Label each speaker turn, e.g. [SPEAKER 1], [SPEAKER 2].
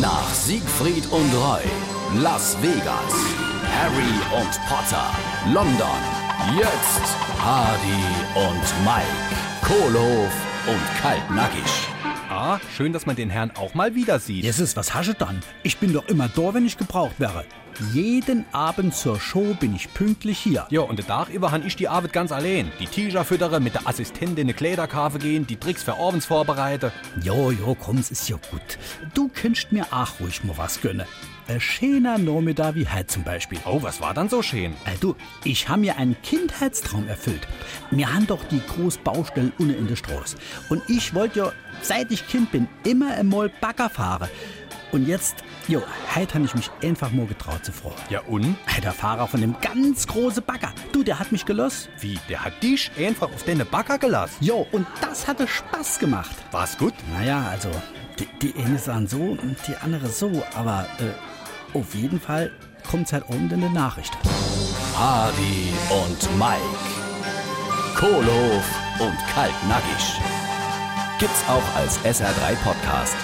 [SPEAKER 1] Nach Siegfried und Roy, Las Vegas, Harry und Potter, London, jetzt Hardy und Mike, Kohlehof und Kaltnackig.
[SPEAKER 2] Ah, schön, dass man den Herrn auch mal wieder sieht.
[SPEAKER 3] Jesus, was hasche dann? Ich bin doch immer da, wenn ich gebraucht wäre. Jeden Abend zur Show bin ich pünktlich hier.
[SPEAKER 2] Ja, und danach überhan ich die Arbeit ganz allein. Die Tiger füttere, mit der Assistentin eine Kleiderkave gehen, die Tricks für Abends vorbereite.
[SPEAKER 3] Jo, jo, komm, es ist ja gut. Du könntest mir auch ruhig mal was gönnen. Ein schöner Nachmittag wie heute zum Beispiel.
[SPEAKER 2] Oh, was war dann so schön?
[SPEAKER 3] Äh, du, ich habe mir einen Kindheitstraum erfüllt. Wir haben doch die große Baustellen unten in der Straße. Und ich wollte ja, seit ich Kind bin, immer einmal Bagger fahren. Und jetzt, jo, heute habe ich mich einfach mal getraut zu freuen.
[SPEAKER 2] Ja, und?
[SPEAKER 3] Äh, Der Fahrer von dem ganz großen Bagger, du, der hat mich gelost.
[SPEAKER 2] Wie, der hat dich einfach auf deine Backer gelassen?
[SPEAKER 3] Jo, und das hatte Spaß gemacht.
[SPEAKER 2] War's gut?
[SPEAKER 3] Naja, also, die, die eine sahen so und die andere so, aber äh, auf jeden Fall kommt es halt unten in der Nachricht.
[SPEAKER 1] Hardy und Mike, Kohlehof und Kaltnackig. Gibt's auch als SR3 Podcast.